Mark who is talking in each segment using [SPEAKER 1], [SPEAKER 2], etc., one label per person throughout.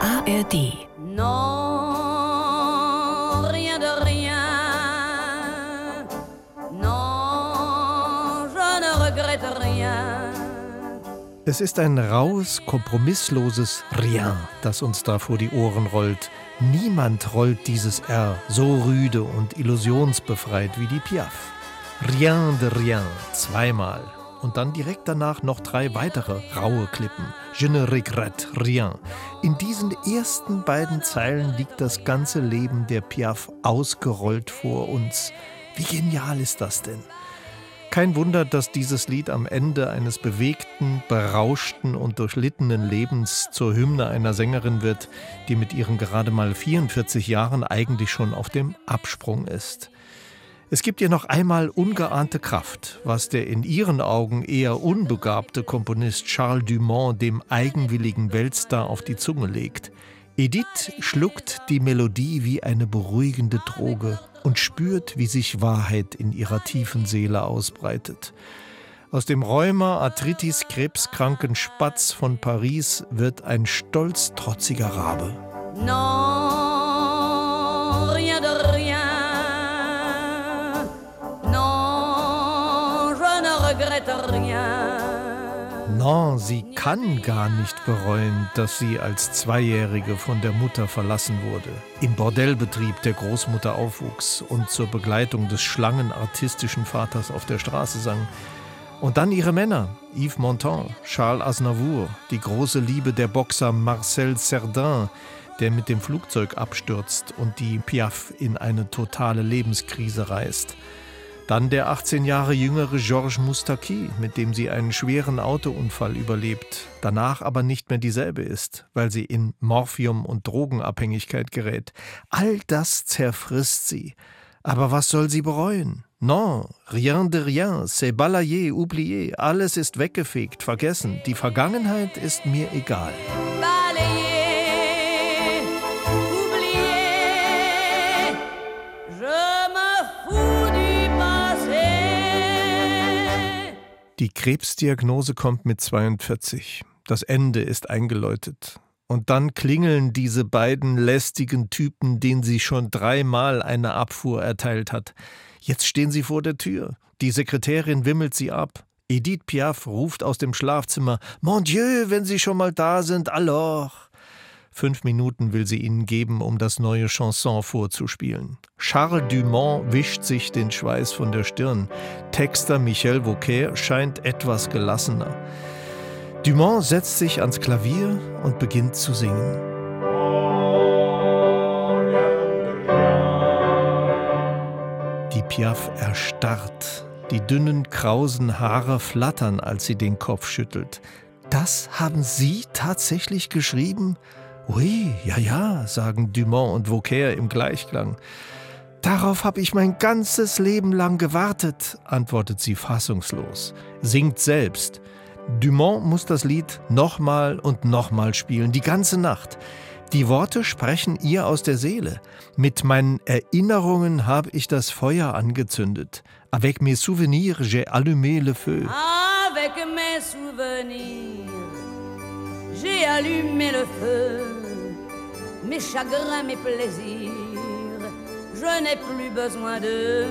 [SPEAKER 1] ARD.
[SPEAKER 2] Non, rien de rien. Non, je ne regrette rien.
[SPEAKER 3] Es ist ein raues, kompromissloses Rien, das uns da vor die Ohren rollt. Niemand rollt dieses R so rüde und illusionsbefreit wie die Piaf. Rien de rien, zweimal. Und dann direkt danach noch drei weitere raue Klippen. Je ne regrette rien. In diesen ersten beiden Zeilen liegt das ganze Leben der Piaf ausgerollt vor uns. Wie genial ist das denn? Kein Wunder, dass dieses Lied am Ende eines bewegten, berauschten und durchlittenen Lebens zur Hymne einer Sängerin wird, die mit ihren gerade mal 44 Jahren eigentlich schon auf dem Absprung ist. Es gibt ihr noch einmal ungeahnte Kraft, was der in ihren Augen eher unbegabte Komponist Charles Dumont dem eigenwilligen Weltstar auf die Zunge legt. Edith schluckt die Melodie wie eine beruhigende Droge und spürt, wie sich Wahrheit in ihrer tiefen Seele ausbreitet. Aus dem Rheuma, Arthritis, krebskranken Spatz von Paris wird ein stolz trotziger Rabe.
[SPEAKER 2] Non, rien de rien. Non, je ne regrette rien.
[SPEAKER 3] Non, sie kann gar nicht bereuen, dass sie als Zweijährige von der Mutter verlassen wurde, im Bordellbetrieb der Großmutter aufwuchs und zur Begleitung des schlangenartistischen Vaters auf der Straße sang. Und dann ihre Männer, Yves Montand, Charles Aznavour, die große Liebe der Boxer Marcel Cerdan, der mit dem Flugzeug abstürzt und die Piaf in eine totale Lebenskrise reißt. Dann der 18 Jahre jüngere Georges Moustaki, mit dem sie einen schweren Autounfall überlebt, danach aber nicht mehr dieselbe ist, weil sie in Morphium und Drogenabhängigkeit gerät. All das zerfrisst sie. Aber was soll sie bereuen? Non, rien de rien, c'est balayé, oublié, alles ist weggefegt, vergessen, die Vergangenheit ist mir egal.
[SPEAKER 2] Balayer, oublier, je me fous du passé.
[SPEAKER 3] Die Krebsdiagnose kommt mit 42. Das Ende ist eingeläutet. Und dann klingeln diese beiden lästigen Typen, denen sie schon dreimal eine Abfuhr erteilt hat. Jetzt stehen sie vor der Tür. Die Sekretärin wimmelt sie ab. Edith Piaf ruft aus dem Schlafzimmer: Mon Dieu, wenn Sie schon mal da sind, alors! Fünf Minuten will sie ihnen geben, um das neue Chanson vorzuspielen. Charles Dumont wischt sich den Schweiß von der Stirn. Texter Michel Vauquer scheint etwas gelassener. Dumont setzt sich ans Klavier und beginnt zu singen. Die Piaf erstarrt. Die dünnen, krausen Haare flattern, als sie den Kopf schüttelt. Das haben Sie tatsächlich geschrieben? Ui, ja, ja, sagen Dumont und Vauquer im Gleichklang. Darauf habe ich mein ganzes Leben lang gewartet, antwortet sie fassungslos, singt selbst. Dumont muss das Lied nochmal und nochmal spielen, die ganze Nacht. Die Worte sprechen ihr aus der Seele. Mit meinen Erinnerungen habe ich das Feuer angezündet. Avec mes souvenirs, j'ai allumé le feu.
[SPEAKER 2] Avec mes souvenirs, j'ai allumé le feu, mes chagrins, mes plaisirs, je n'ai plus besoin d'eux.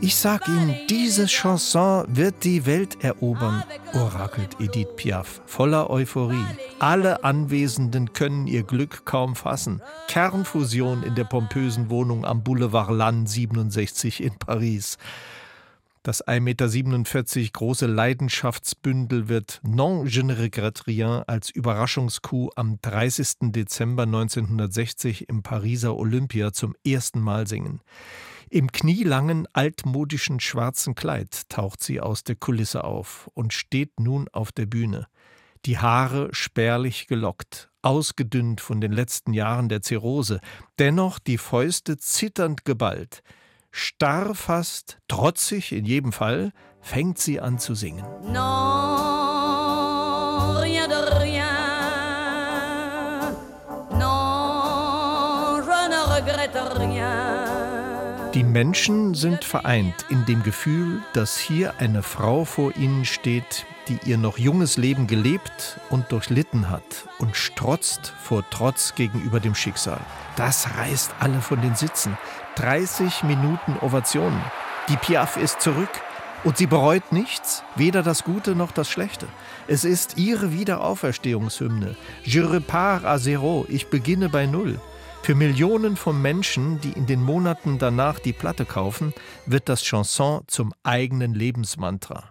[SPEAKER 3] Ich sag Ihnen, diese Chanson wird die Welt erobern, orakelt Edith Piaf voller Euphorie. Alle Anwesenden können ihr Glück kaum fassen. Kernfusion in der pompösen Wohnung am Boulevard Lannes 67 in Paris. Das 1,47 Meter große Leidenschaftsbündel wird Non Je ne regrette rien als Überraschungskuh am 30. Dezember 1960 im Pariser Olympia zum ersten Mal singen. Im knielangen, altmodischen schwarzen Kleid taucht sie aus der Kulisse auf und steht nun auf der Bühne. Die Haare spärlich gelockt, ausgedünnt von den letzten Jahren der Zirrhose, dennoch die Fäuste zitternd geballt. Starr fast, trotzig in jedem Fall, fängt sie an zu singen.
[SPEAKER 2] Non, rien de rien. Non, je ne regrette rien.
[SPEAKER 3] Die Menschen sind vereint in dem Gefühl, dass hier eine Frau vor ihnen steht, die ihr noch junges Leben gelebt und durchlitten hat und strotzt vor Trotz gegenüber dem Schicksal. Das reißt alle von den Sitzen. 30 Minuten Ovationen. Die Piaf ist zurück und sie bereut nichts, weder das Gute noch das Schlechte. Es ist ihre Wiederauferstehungshymne. Je repars à zéro, ich beginne bei Null. Für Millionen von Menschen, die in den Monaten danach die Platte kaufen, wird das Chanson zum eigenen Lebensmantra.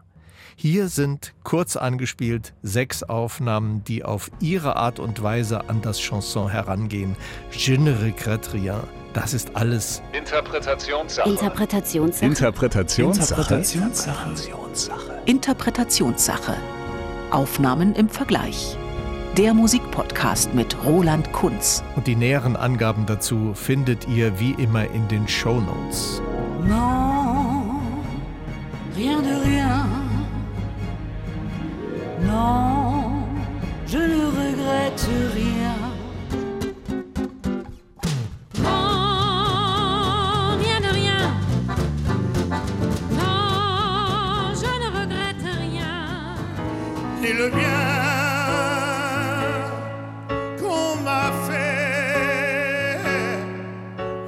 [SPEAKER 3] Hier sind kurz angespielt sechs Aufnahmen, die auf ihre Art und Weise an das Chanson herangehen. Je ne regrette rien. Das ist alles
[SPEAKER 4] Interpretationssache.
[SPEAKER 5] Interpretationssache.
[SPEAKER 6] Interpretationssache.
[SPEAKER 7] Interpretationssache. Aufnahmen im Vergleich. Der Musikpodcast mit Roland Kunz.
[SPEAKER 3] Und die näheren Angaben dazu findet ihr wie immer in den Shownotes.
[SPEAKER 8] Non, rien de rien. Non, je ne regrette rien. Non, rien de rien. Non, je ne regrette rien.
[SPEAKER 9] ni le bien qu'on m'a fait,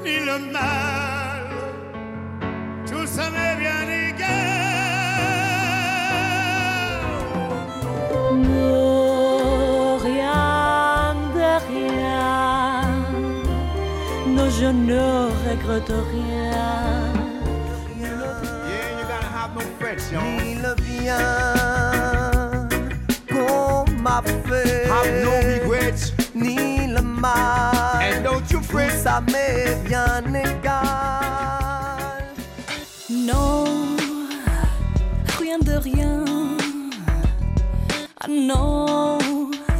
[SPEAKER 9] ni le mal, tout ça m'est bien égal.
[SPEAKER 8] Non, rien de rien. Non, je ne regrette rien.
[SPEAKER 9] Yeah, you gotta have no friends, y'all.
[SPEAKER 10] ni le bien qu'on m'a fait,
[SPEAKER 9] Have no regrets
[SPEAKER 10] ni le
[SPEAKER 9] and
[SPEAKER 10] mal,
[SPEAKER 9] don't you
[SPEAKER 10] tout
[SPEAKER 9] fret.
[SPEAKER 10] ça m'est bien égal.
[SPEAKER 8] Non, rien de rien. Ah non,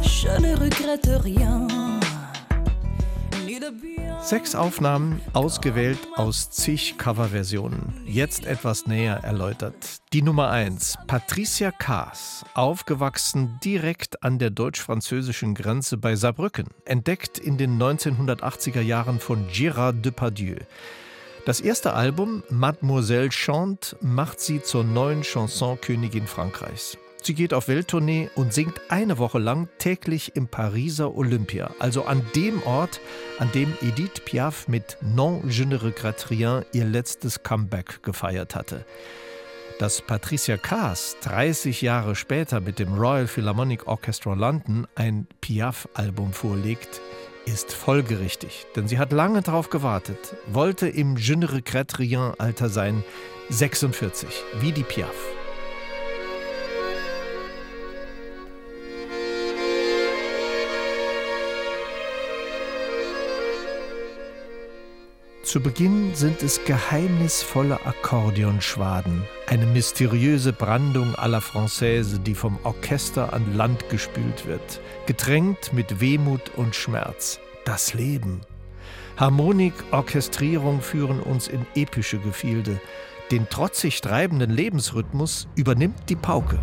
[SPEAKER 8] je ne regrette rien. Ni de bien.
[SPEAKER 3] Sechs Aufnahmen, ausgewählt aus zig Coverversionen. Jetzt etwas näher erläutert. Die Nummer 1, Patricia Kaas, aufgewachsen direkt an der deutsch-französischen Grenze bei Saarbrücken, entdeckt in den 1980er Jahren von Gérard Depardieu. Das erste Album, Mademoiselle Chante, macht sie zur neuen Chanson-Königin Frankreichs. Sie geht auf Welttournee und singt eine Woche lang täglich im Pariser Olympia, also an dem Ort, an dem Edith Piaf mit Non je ne regrette rien ihr letztes Comeback gefeiert hatte. Dass Patricia Kaas 30 Jahre später mit dem Royal Philharmonic Orchestra London ein Piaf-Album vorlegt, ist folgerichtig, denn sie hat lange darauf gewartet, wollte im Je ne regrette rien Alter sein, 46, wie die Piaf. Zu Beginn sind es geheimnisvolle Akkordeonschwaden, eine mysteriöse Brandung à la Française, die vom Orchester an Land gespült wird, getränkt mit Wehmut und Schmerz. Das Leben. Harmonik, Orchestrierung führen uns in epische Gefilde. Den trotzig treibenden Lebensrhythmus übernimmt die Pauke.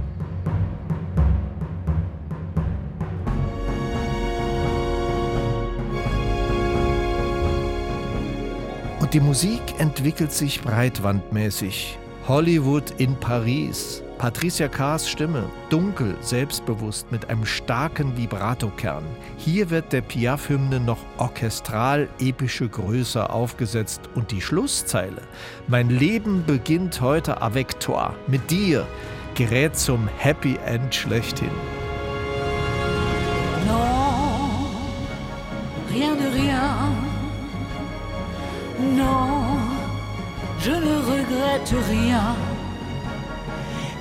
[SPEAKER 3] Und die Musik entwickelt sich breitwandmäßig. Hollywood in Paris. Patricia Kaas Stimme, dunkel, selbstbewusst, mit einem starken Vibratokern. Hier wird der Piaf-Hymne noch orchestral epische Größe aufgesetzt und die Schlusszeile Mein Leben beginnt heute avec toi, mit dir, gerät zum Happy End schlechthin.
[SPEAKER 8] Non, rien de rien. Non, je ne regrette rien.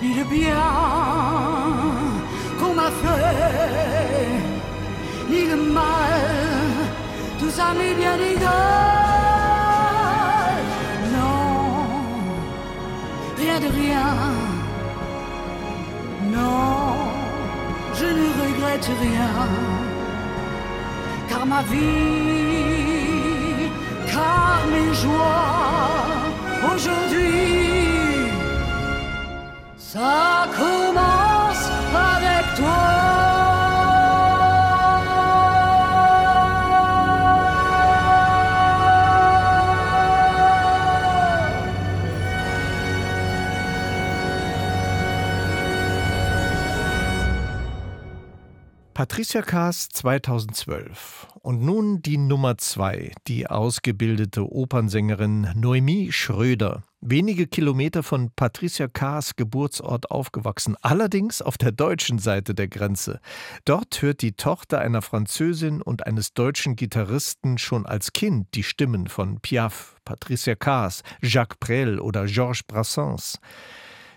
[SPEAKER 8] Ni le bien qu'on m'a fait, ni le mal, tout ça m'est bien égal. Non, rien de rien. Non, je ne regrette rien car ma vie, car mes joies aujourd'hui, ça commence avec toi.
[SPEAKER 3] Patricia Kaas 2012. Und nun die Nummer zwei, die ausgebildete Opernsängerin Noemi Schröder. Wenige Kilometer von Patricia Kaas Geburtsort aufgewachsen, allerdings auf der deutschen Seite der Grenze. Dort hört die Tochter einer Französin und eines deutschen Gitarristen schon als Kind die Stimmen von Piaf, Patricia Kaas, Jacques Brel oder Georges Brassens.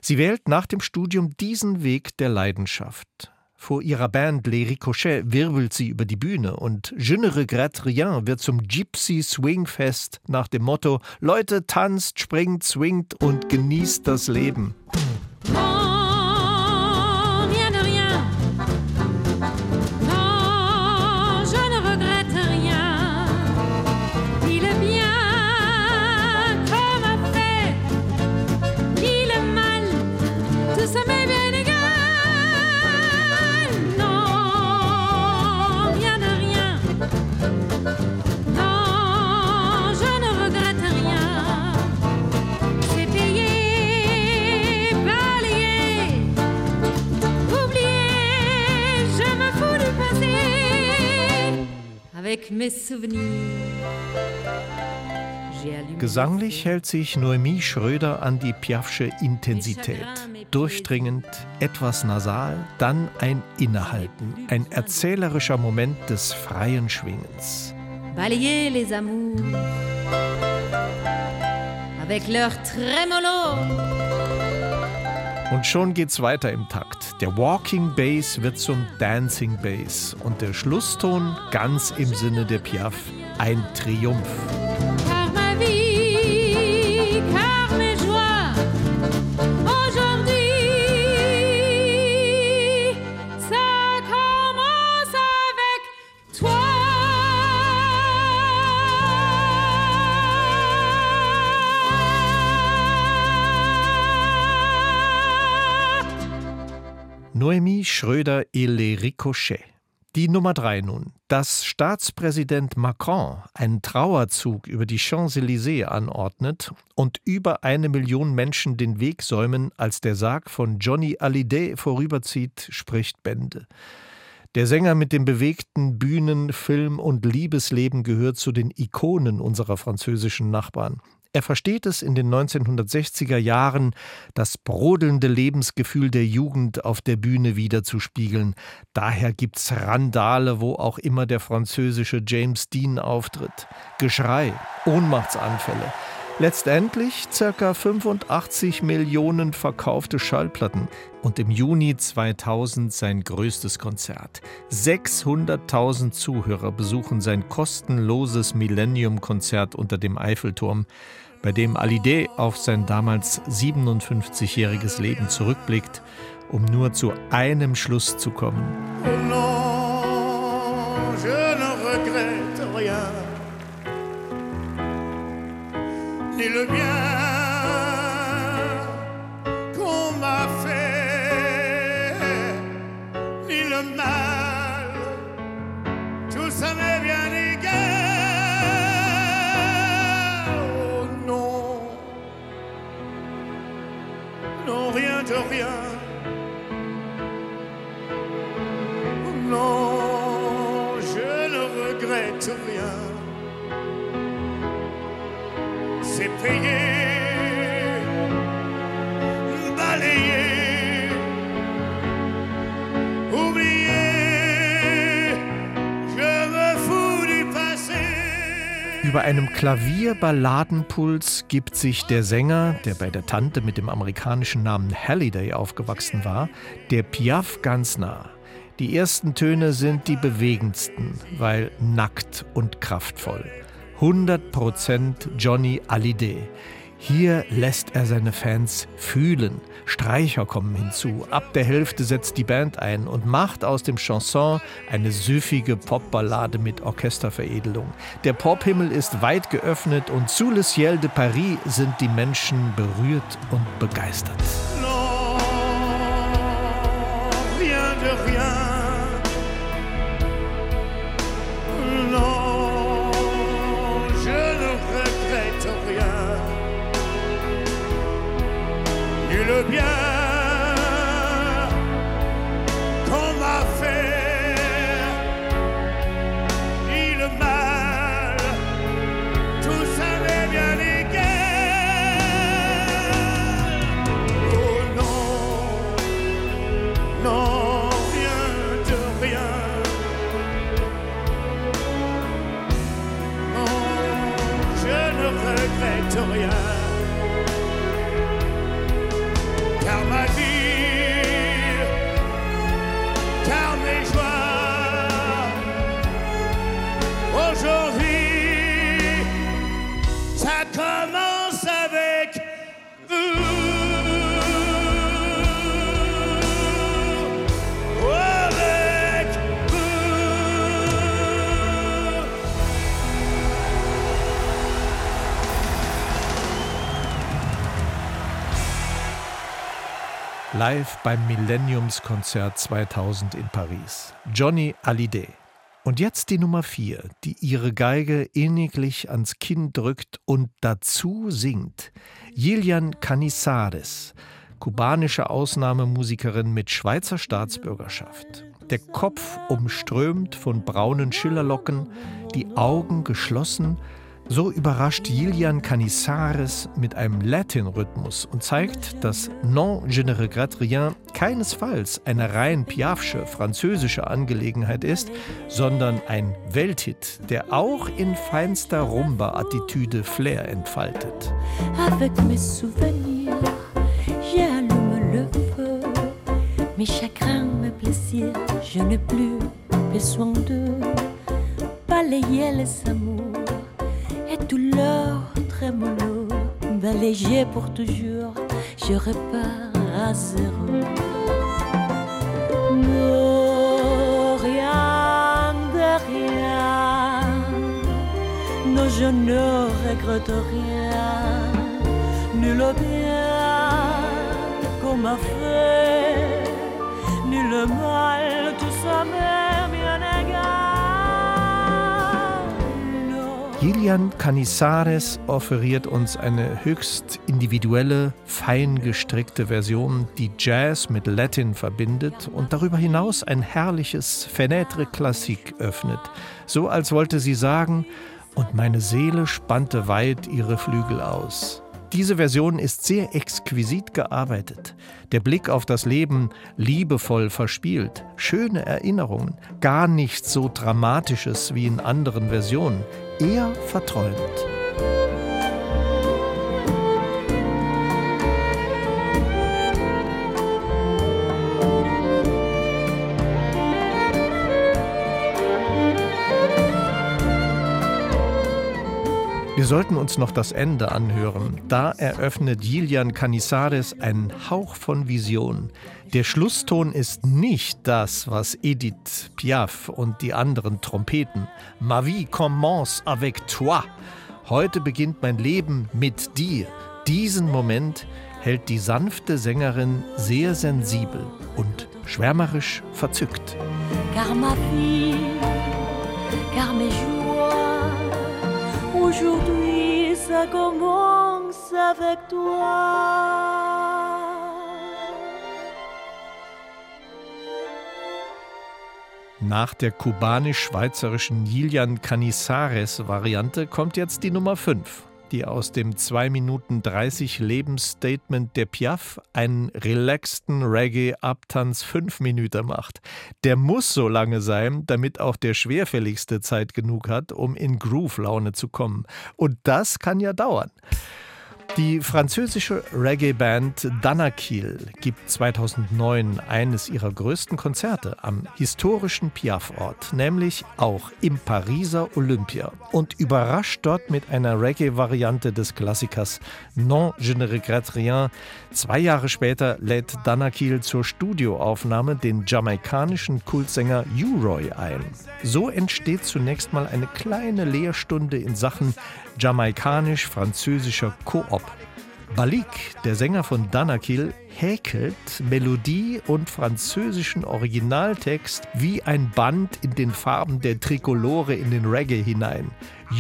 [SPEAKER 3] Sie wählt nach dem Studium diesen Weg der Leidenschaft. Vor ihrer Band Les Ricochets wirbelt sie über die Bühne und Je ne regrette rien wird zum Gypsy Swing Fest nach dem Motto Leute tanzt, springt, swingt und genießt das Leben.
[SPEAKER 8] Non, rien de rien. Non, je ne regrette rien. Il est bien comme a fait. Il est mal, tout ça m'est bien égal. Non, rien de rien. Non, je ne regrette rien. C'est payé, balayé, oublié, je me fous du passé. Avec mes souvenirs, j'ai allumé.
[SPEAKER 3] Gesanglich hält sich Noemi Schröder an die Piafsche Intensität. Durchdringend, etwas nasal, dann ein Innehalten, ein erzählerischer Moment des freien Schwingens.
[SPEAKER 8] balayer les amours avec leur trémolo.
[SPEAKER 3] Und schon geht's weiter im Takt. Der Walking Bass wird zum Dancing Bass und der Schlusston ganz im Sinne der Piaf ein Triumph.
[SPEAKER 8] Car ma vie, car mes joies, aujourd'hui, ça commence avec toi.
[SPEAKER 3] Noemi Schröder et les Ricochets. Die Nummer drei nun. Dass Staatspräsident Macron einen Trauerzug über die Champs-Élysées anordnet und über eine Million Menschen den Weg säumen, als der Sarg von Johnny Hallyday vorüberzieht, spricht Bände. Der Sänger mit dem bewegten Bühnen-, Film- und Liebesleben gehört zu den Ikonen unserer französischen Nachbarn. Er versteht es in den 1960er Jahren, das brodelnde Lebensgefühl der Jugend auf der Bühne wiederzuspiegeln. Daher gibt's Randale, wo auch immer der französische James Dean auftritt. Geschrei, Ohnmachtsanfälle. Letztendlich ca. 85 Millionen verkaufte Schallplatten und im Juni 2000 sein größtes Konzert. 600.000 Zuhörer besuchen sein kostenloses Millennium-Konzert unter dem Eiffelturm, bei dem Alidé auf sein damals 57-jähriges Leben zurückblickt, um nur zu einem Schluss zu kommen.
[SPEAKER 9] Oh non, je ne regrette rien, ni le bien qu'on m'a fait, ni le mal, tout ça m'est bien égal. Oh non, non, rien de rien. Non, je ne regrette rien. C'est payé, balayé, oublié. Je me fous du passé.
[SPEAKER 3] Über einem Klavierballadenpuls gibt sich der Sänger, der bei der Tante mit dem amerikanischen Namen Halliday aufgewachsen war, der Piaf ganz nah. Die ersten Töne sind die bewegendsten, weil nackt und kraftvoll. 100% Johnny Hallyday. Hier lässt er seine Fans fühlen. Streicher kommen hinzu. Ab der Hälfte setzt die Band ein und macht aus dem Chanson eine süffige Popballade mit Orchesterveredelung. Der Pophimmel ist weit geöffnet und sous le ciel de Paris sind die Menschen berührt und begeistert.
[SPEAKER 9] Non, rien de rien. Non, je ne regrette rien. Ni le bien qu'on m'a fait, n'importe Oh, rien. Car ma vie, car mes joies, aujourd'hui, ça commence avec vous. Avec vous.
[SPEAKER 3] Live beim Millenniumskonzert 2000 in Paris. Johnny Hallyday. Und jetzt die Nummer 4, die ihre Geige inniglich ans Kinn drückt und dazu singt. Jilian Canizares, kubanische Ausnahmemusikerin mit Schweizer Staatsbürgerschaft. Der Kopf umströmt von braunen Schillerlocken, die Augen geschlossen, so überrascht Jilian Canizares mit einem Latin-Rhythmus und zeigt, dass Non je ne regrette rien keinesfalls eine rein piafsche französische Angelegenheit ist, sondern ein Welthit, der auch in feinster Rumba-Attitüde Flair entfaltet.
[SPEAKER 4] avec mes souvenirs. J'allume le feu, mes chagrins, mes plaisirs. Je n'ai plus besoin d'eux. Balayer les amours et tout leur trémolo. Balayer pour toujours, je repars à zéro. Ne rien de rien. Non, je ne regrette rien, nul bien qu'on m'a fait, nul mal, tout ça m'est bien égal.
[SPEAKER 3] Gillian Canizares offeriert uns eine höchst individuelle, fein gestrickte Version, die Jazz mit Latin verbindet und darüber hinaus ein herrliches Fenêtre Classique öffnet. So als wollte sie sagen, und meine Seele spannte weit ihre Flügel aus. Diese Version ist sehr exquisit gearbeitet. Der Blick auf das Leben liebevoll verspielt, schöne Erinnerungen, gar nichts so Dramatisches wie in anderen Versionen, eher verträumt. Wir sollten uns noch das Ende anhören. Da eröffnet Gillian Canizares einen Hauch von Vision. Der Schlusston ist nicht das, was Edith Piaf und die anderen Trompeten. Ma vie commence avec toi. Heute beginnt mein Leben mit dir. Diesen Moment hält die sanfte Sängerin sehr sensibel und schwärmerisch verzückt.
[SPEAKER 4] Car ma vie, car mes joies, aujourd'hui ça commence avec toi.
[SPEAKER 3] Nach der kubanisch-schweizerischen Lilian Canizares-Variante kommt jetzt die Nummer 5, die aus dem 2 Minuten 30 Lebensstatement der Piaf einen relaxten Reggae-Abtanz 5 Minuten macht. Der muss so lange sein, damit auch der Schwerfälligste Zeit genug hat, um in Groove-Laune zu kommen. Und das kann ja dauern. Die französische Reggae-Band Danakil gibt 2009 eines ihrer größten Konzerte am historischen Piaf-Ort, nämlich auch im Pariser Olympia und überrascht dort mit einer Reggae-Variante des Klassikers Non je ne regrette rien. Zwei Jahre später lädt Danakil zur Studioaufnahme den jamaikanischen Kultsänger U-Roy ein. So entsteht zunächst mal eine kleine Lehrstunde in Sachen jamaikanisch-französischer Koop. Balik, der Sänger von Danakil, häkelt Melodie und französischen Originaltext wie ein Band in den Farben der Trikolore in den Reggae hinein.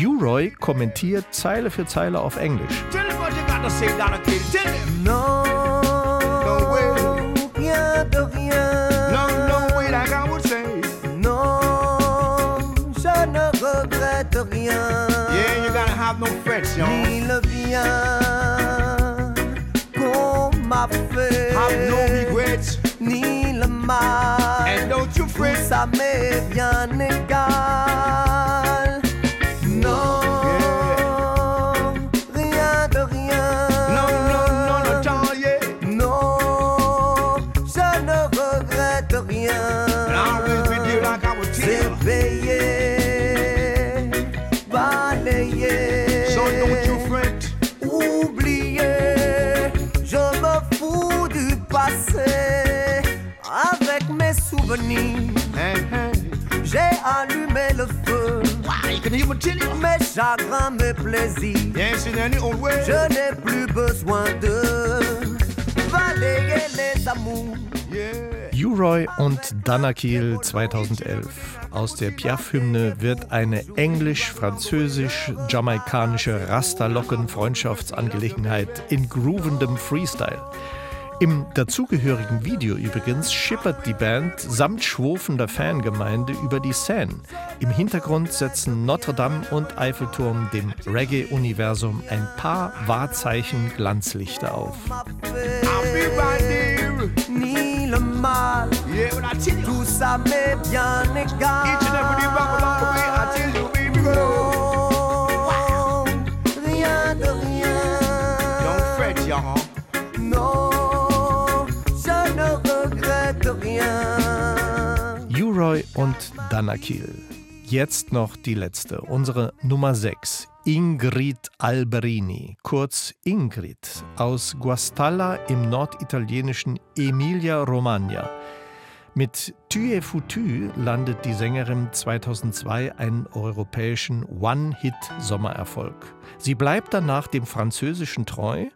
[SPEAKER 3] U-Roy kommentiert Zeile für Zeile auf Englisch.
[SPEAKER 9] Tell me what you got to say, Donna Kid. Tell me.
[SPEAKER 10] Non,
[SPEAKER 9] way.
[SPEAKER 10] rien de rien.
[SPEAKER 9] No, no way, like I would say.
[SPEAKER 10] Non, je ne regrette rien.
[SPEAKER 9] Yeah, you gotta have no friends, yo.
[SPEAKER 10] Ni le bien qu'on m'a fait.
[SPEAKER 9] Have no regrets,
[SPEAKER 10] Ni le mal.
[SPEAKER 9] and don't you
[SPEAKER 10] Tout
[SPEAKER 9] fret.
[SPEAKER 10] ça m'est bien égal. Non, rien souvenir.
[SPEAKER 9] Hey, hey.
[SPEAKER 10] J'ai allumé le feu,
[SPEAKER 9] Why you can hear Matilda?
[SPEAKER 10] mes chagrins, mes plaisirs.
[SPEAKER 9] Dancing in the old way.
[SPEAKER 10] Je n'ai plus besoin de balayer les amours.
[SPEAKER 9] Yeah.
[SPEAKER 3] Uroy und Danakil 2011. Aus der Piaf-Hymne wird eine englisch-französisch-jamaikanische Rasterlocken-Freundschaftsangelegenheit in groovendem Freestyle. Im dazugehörigen Video übrigens schippert die Band samt schwurfender Fangemeinde über die Seine. Im Hintergrund setzen Notre Dame und Eiffelturm dem Reggae-Universum ein paar Wahrzeichen Glanzlichter auf.
[SPEAKER 9] I'll be right there.
[SPEAKER 10] Ni le mal,
[SPEAKER 9] Yeah, when I tell you,
[SPEAKER 10] tout ça m'est bien
[SPEAKER 9] each and every day, rock along the way. I
[SPEAKER 10] égal.
[SPEAKER 9] tell you, baby, go.
[SPEAKER 10] Non, Oh, rien de
[SPEAKER 9] Don't
[SPEAKER 10] rien.
[SPEAKER 9] fret, y'all.
[SPEAKER 10] Non, je ne regrette rien.
[SPEAKER 3] Uroy und Danakil. Jetzt noch die letzte, unsere Nummer 6. Ingrid Alberini, kurz Ingrid, aus Guastalla im norditalienischen Emilia-Romagna. Mit Tue Futu landet die Sängerin 2002 einen europäischen One-Hit-Sommererfolg. Sie bleibt danach dem Französischen treu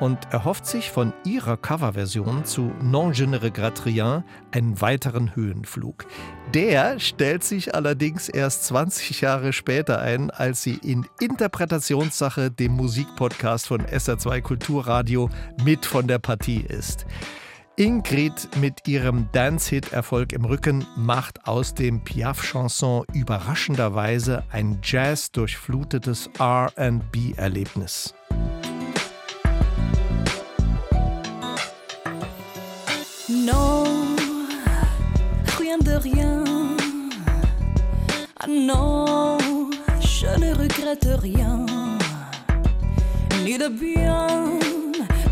[SPEAKER 3] und erhofft sich von ihrer Coverversion zu Non je ne regrette rien einen weiteren Höhenflug. Der stellt sich allerdings erst 20 Jahre später ein, als sie in Interpretationssache dem Musikpodcast von SR2 Kulturradio mit von der Partie ist. Ingrid mit ihrem Dance-Hit-Erfolg im Rücken macht aus dem Piaf-Chanson überraschenderweise ein jazz-durchflutetes RB-Erlebnis.
[SPEAKER 4] Non, rien de rien. Ah non, je ne regrette rien. Ni le bien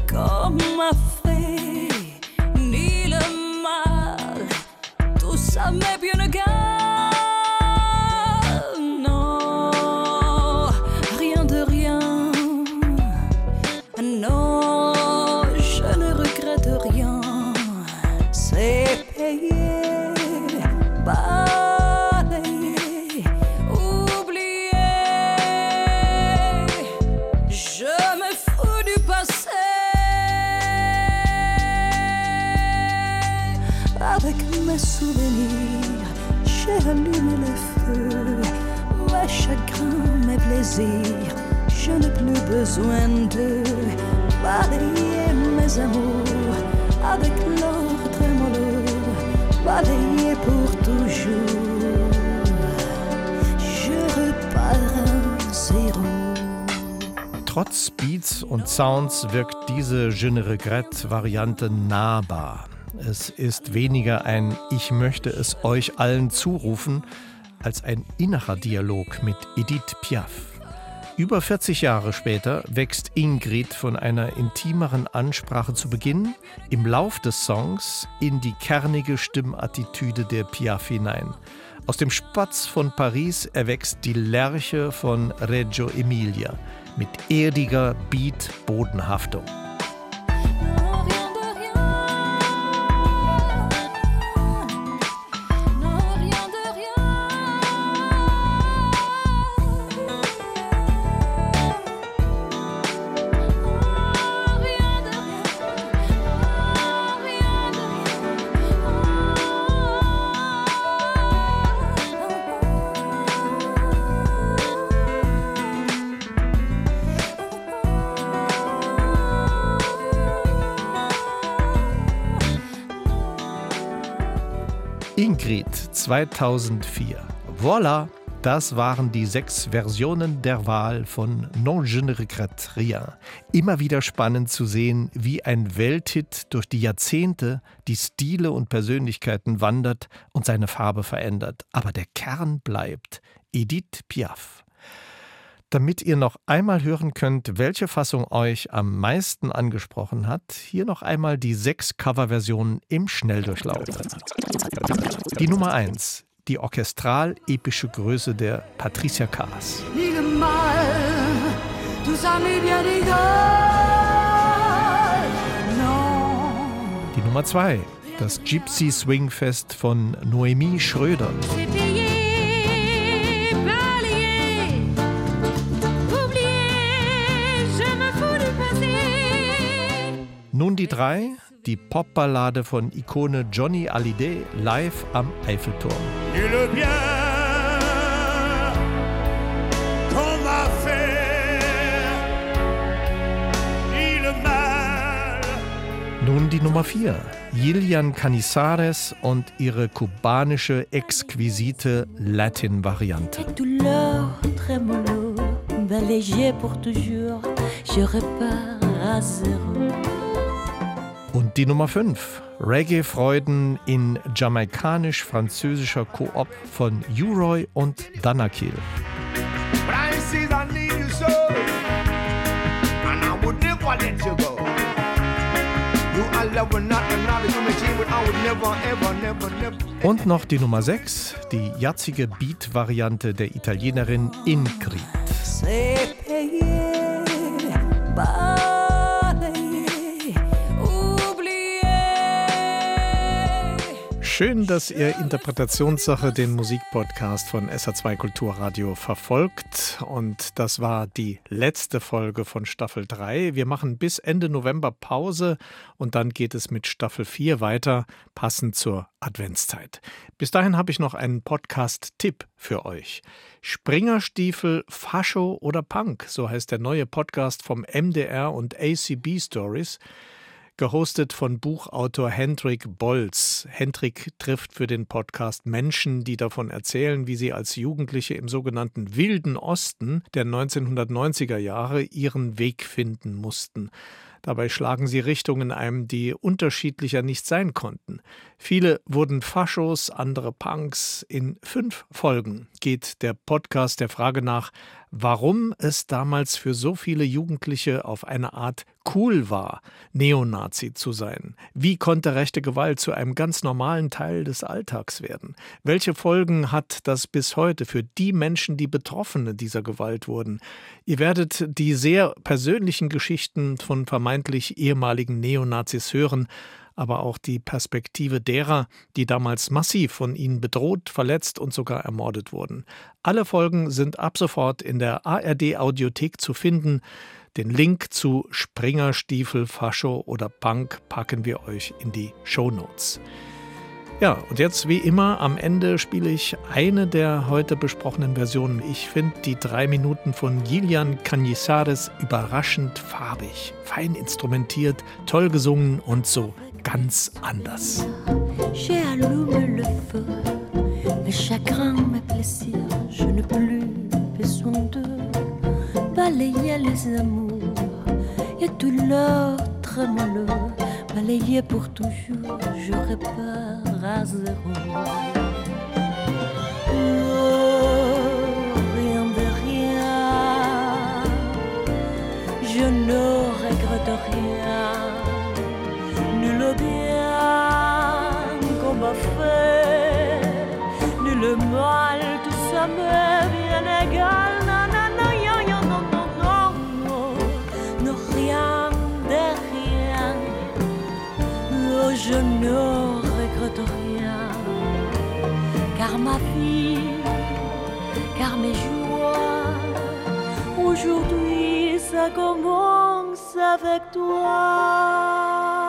[SPEAKER 4] comme m'a fait, ni le mal. Tout ça m'est bien égal. Non, rien de rien. Non, je ne regrette rien. C'est payé, balayé, oublié. Je me fous du passé. Avec mes souvenirs, j'ai allumé le feu. Mes chagrins, mes plaisirs, je n'ai plus besoin de balayer mes amours avec l'or trémolo, balayer pour toujours. Je repars à zéro.
[SPEAKER 3] Trotz Beats und Sounds wirkt diese Je ne regrette-Variante nahbar. Es ist weniger ein Ich möchte es euch allen zurufen, als ein innerer Dialog mit Edith Piaf. Über 40 Jahre später wächst Ingrid von einer intimeren Ansprache zu Beginn im Lauf des Songs in die kernige Stimmattitüde der Piaf hinein. Aus dem Spatz von Paris erwächst die Lerche von Reggio Emilia mit erdiger Beat-Bodenhaftung.
[SPEAKER 4] Non, rien de rien. Non, rien de rien.
[SPEAKER 3] Ingrid 2004. Voilà, das waren die sechs Versionen der Wahl von Non je ne regrette rien. Immer wieder spannend zu sehen, wie ein Welthit durch die Jahrzehnte die Stile und Persönlichkeiten wandert und seine Farbe verändert. Aber der Kern bleibt Edith Piaf. Damit ihr noch einmal hören könnt, welche Fassung euch am meisten angesprochen hat, hier noch einmal die sechs Coverversionen im Schnelldurchlauf. Die Nummer 1, die orchestral-epische Größe der Patricia Kaas.
[SPEAKER 4] ni le mal, tout ça m'est bien égal. Non,
[SPEAKER 3] Die Nummer 2, Das Gypsy Swing Fest von Noemi Schröder.
[SPEAKER 8] C'est payé, balayé, oublié, je me fous du passé.
[SPEAKER 3] Nun die drei, die Popballade von Ikone Johnny Hallyday live am Eiffelturm.
[SPEAKER 9] Nul bien qu'on m'a fait, ni le mal.
[SPEAKER 3] Nun die Nummer 4. Gillian Canizares und ihre kubanische exquisite Latin-Variante.
[SPEAKER 5] Cette douleur très mollo, balayée pour toujours, je repars à zéro.
[SPEAKER 3] Und die Nummer 5. Reggae-Freuden in jamaikanisch-französischer Koop von Uroy und Danakil.
[SPEAKER 10] When I insist I need you so, and I would never let you go. You are love and not another human being, but I would never, ever, never, never.
[SPEAKER 3] Und noch die Nummer 6, die jatzige Beat-Variante der Italienerin Ingrid.
[SPEAKER 5] C'est payé, balayé, oublié.
[SPEAKER 6] Schön, dass ihr Interpretationssache den Musikpodcast von SR2 Kulturradio verfolgt. Und das war die letzte Folge von Staffel 3. Wir machen bis Ende November Pause und dann geht es mit Staffel 4 weiter, passend zur Adventszeit. Bis dahin habe ich noch einen Podcast-Tipp für euch. Springerstiefel, Fascho oder Punk, so heißt der neue Podcast vom MDR und ACB Stories gehostet von Buchautor Hendrik Bolz. Hendrik trifft für den Podcast Menschen, die davon erzählen, wie sie als Jugendliche im sogenannten Wilden Osten der 1990er Jahre ihren Weg finden mussten. Dabei schlagen sie Richtungen ein, die unterschiedlicher nicht sein konnten. Viele wurden Faschos, andere Punks. In fünf Folgen geht der Podcast der Frage nach, warum es damals für so viele Jugendliche auf eine Art cool war, Neonazi zu sein. Wie konnte rechte Gewalt zu einem ganz normalen Teil des Alltags werden? Welche Folgen hat das bis heute für die Menschen, die Betroffene dieser Gewalt wurden? Ihr werdet die sehr persönlichen Geschichten von vermeintlich ehemaligen Neonazis hören, aber auch die Perspektive derer, die damals massiv von ihnen bedroht, verletzt und sogar ermordet wurden. Alle Folgen sind ab sofort in der ARD Audiothek zu finden. Den Link zu Springerstiefel, Fascho oder Punk packen wir euch in die Shownotes. Ja, und jetzt wie immer am Ende spiele ich eine der heute besprochenen Versionen. Ich finde die drei Minuten von Gillian Canizares überraschend farbig, fein instrumentiert, toll gesungen und so ganz anders.
[SPEAKER 5] J'allume le feu, mes chagrins, mes plaisirs, je n'ai plus besoin de balayer les amours et tout leur tremolo, balayer pour toujours, je repars à zéro. Oh, rien de rien, je ne regrette rien nul au bien qu'on m'a fait, nul au mal, tout ça me vient égal. Non, non, non, non, non, non, non, non, non, non, rien de rien. Oh, je ne regrette rien, car ma vie, car mes joies, aujourd'hui ça commence avec toi.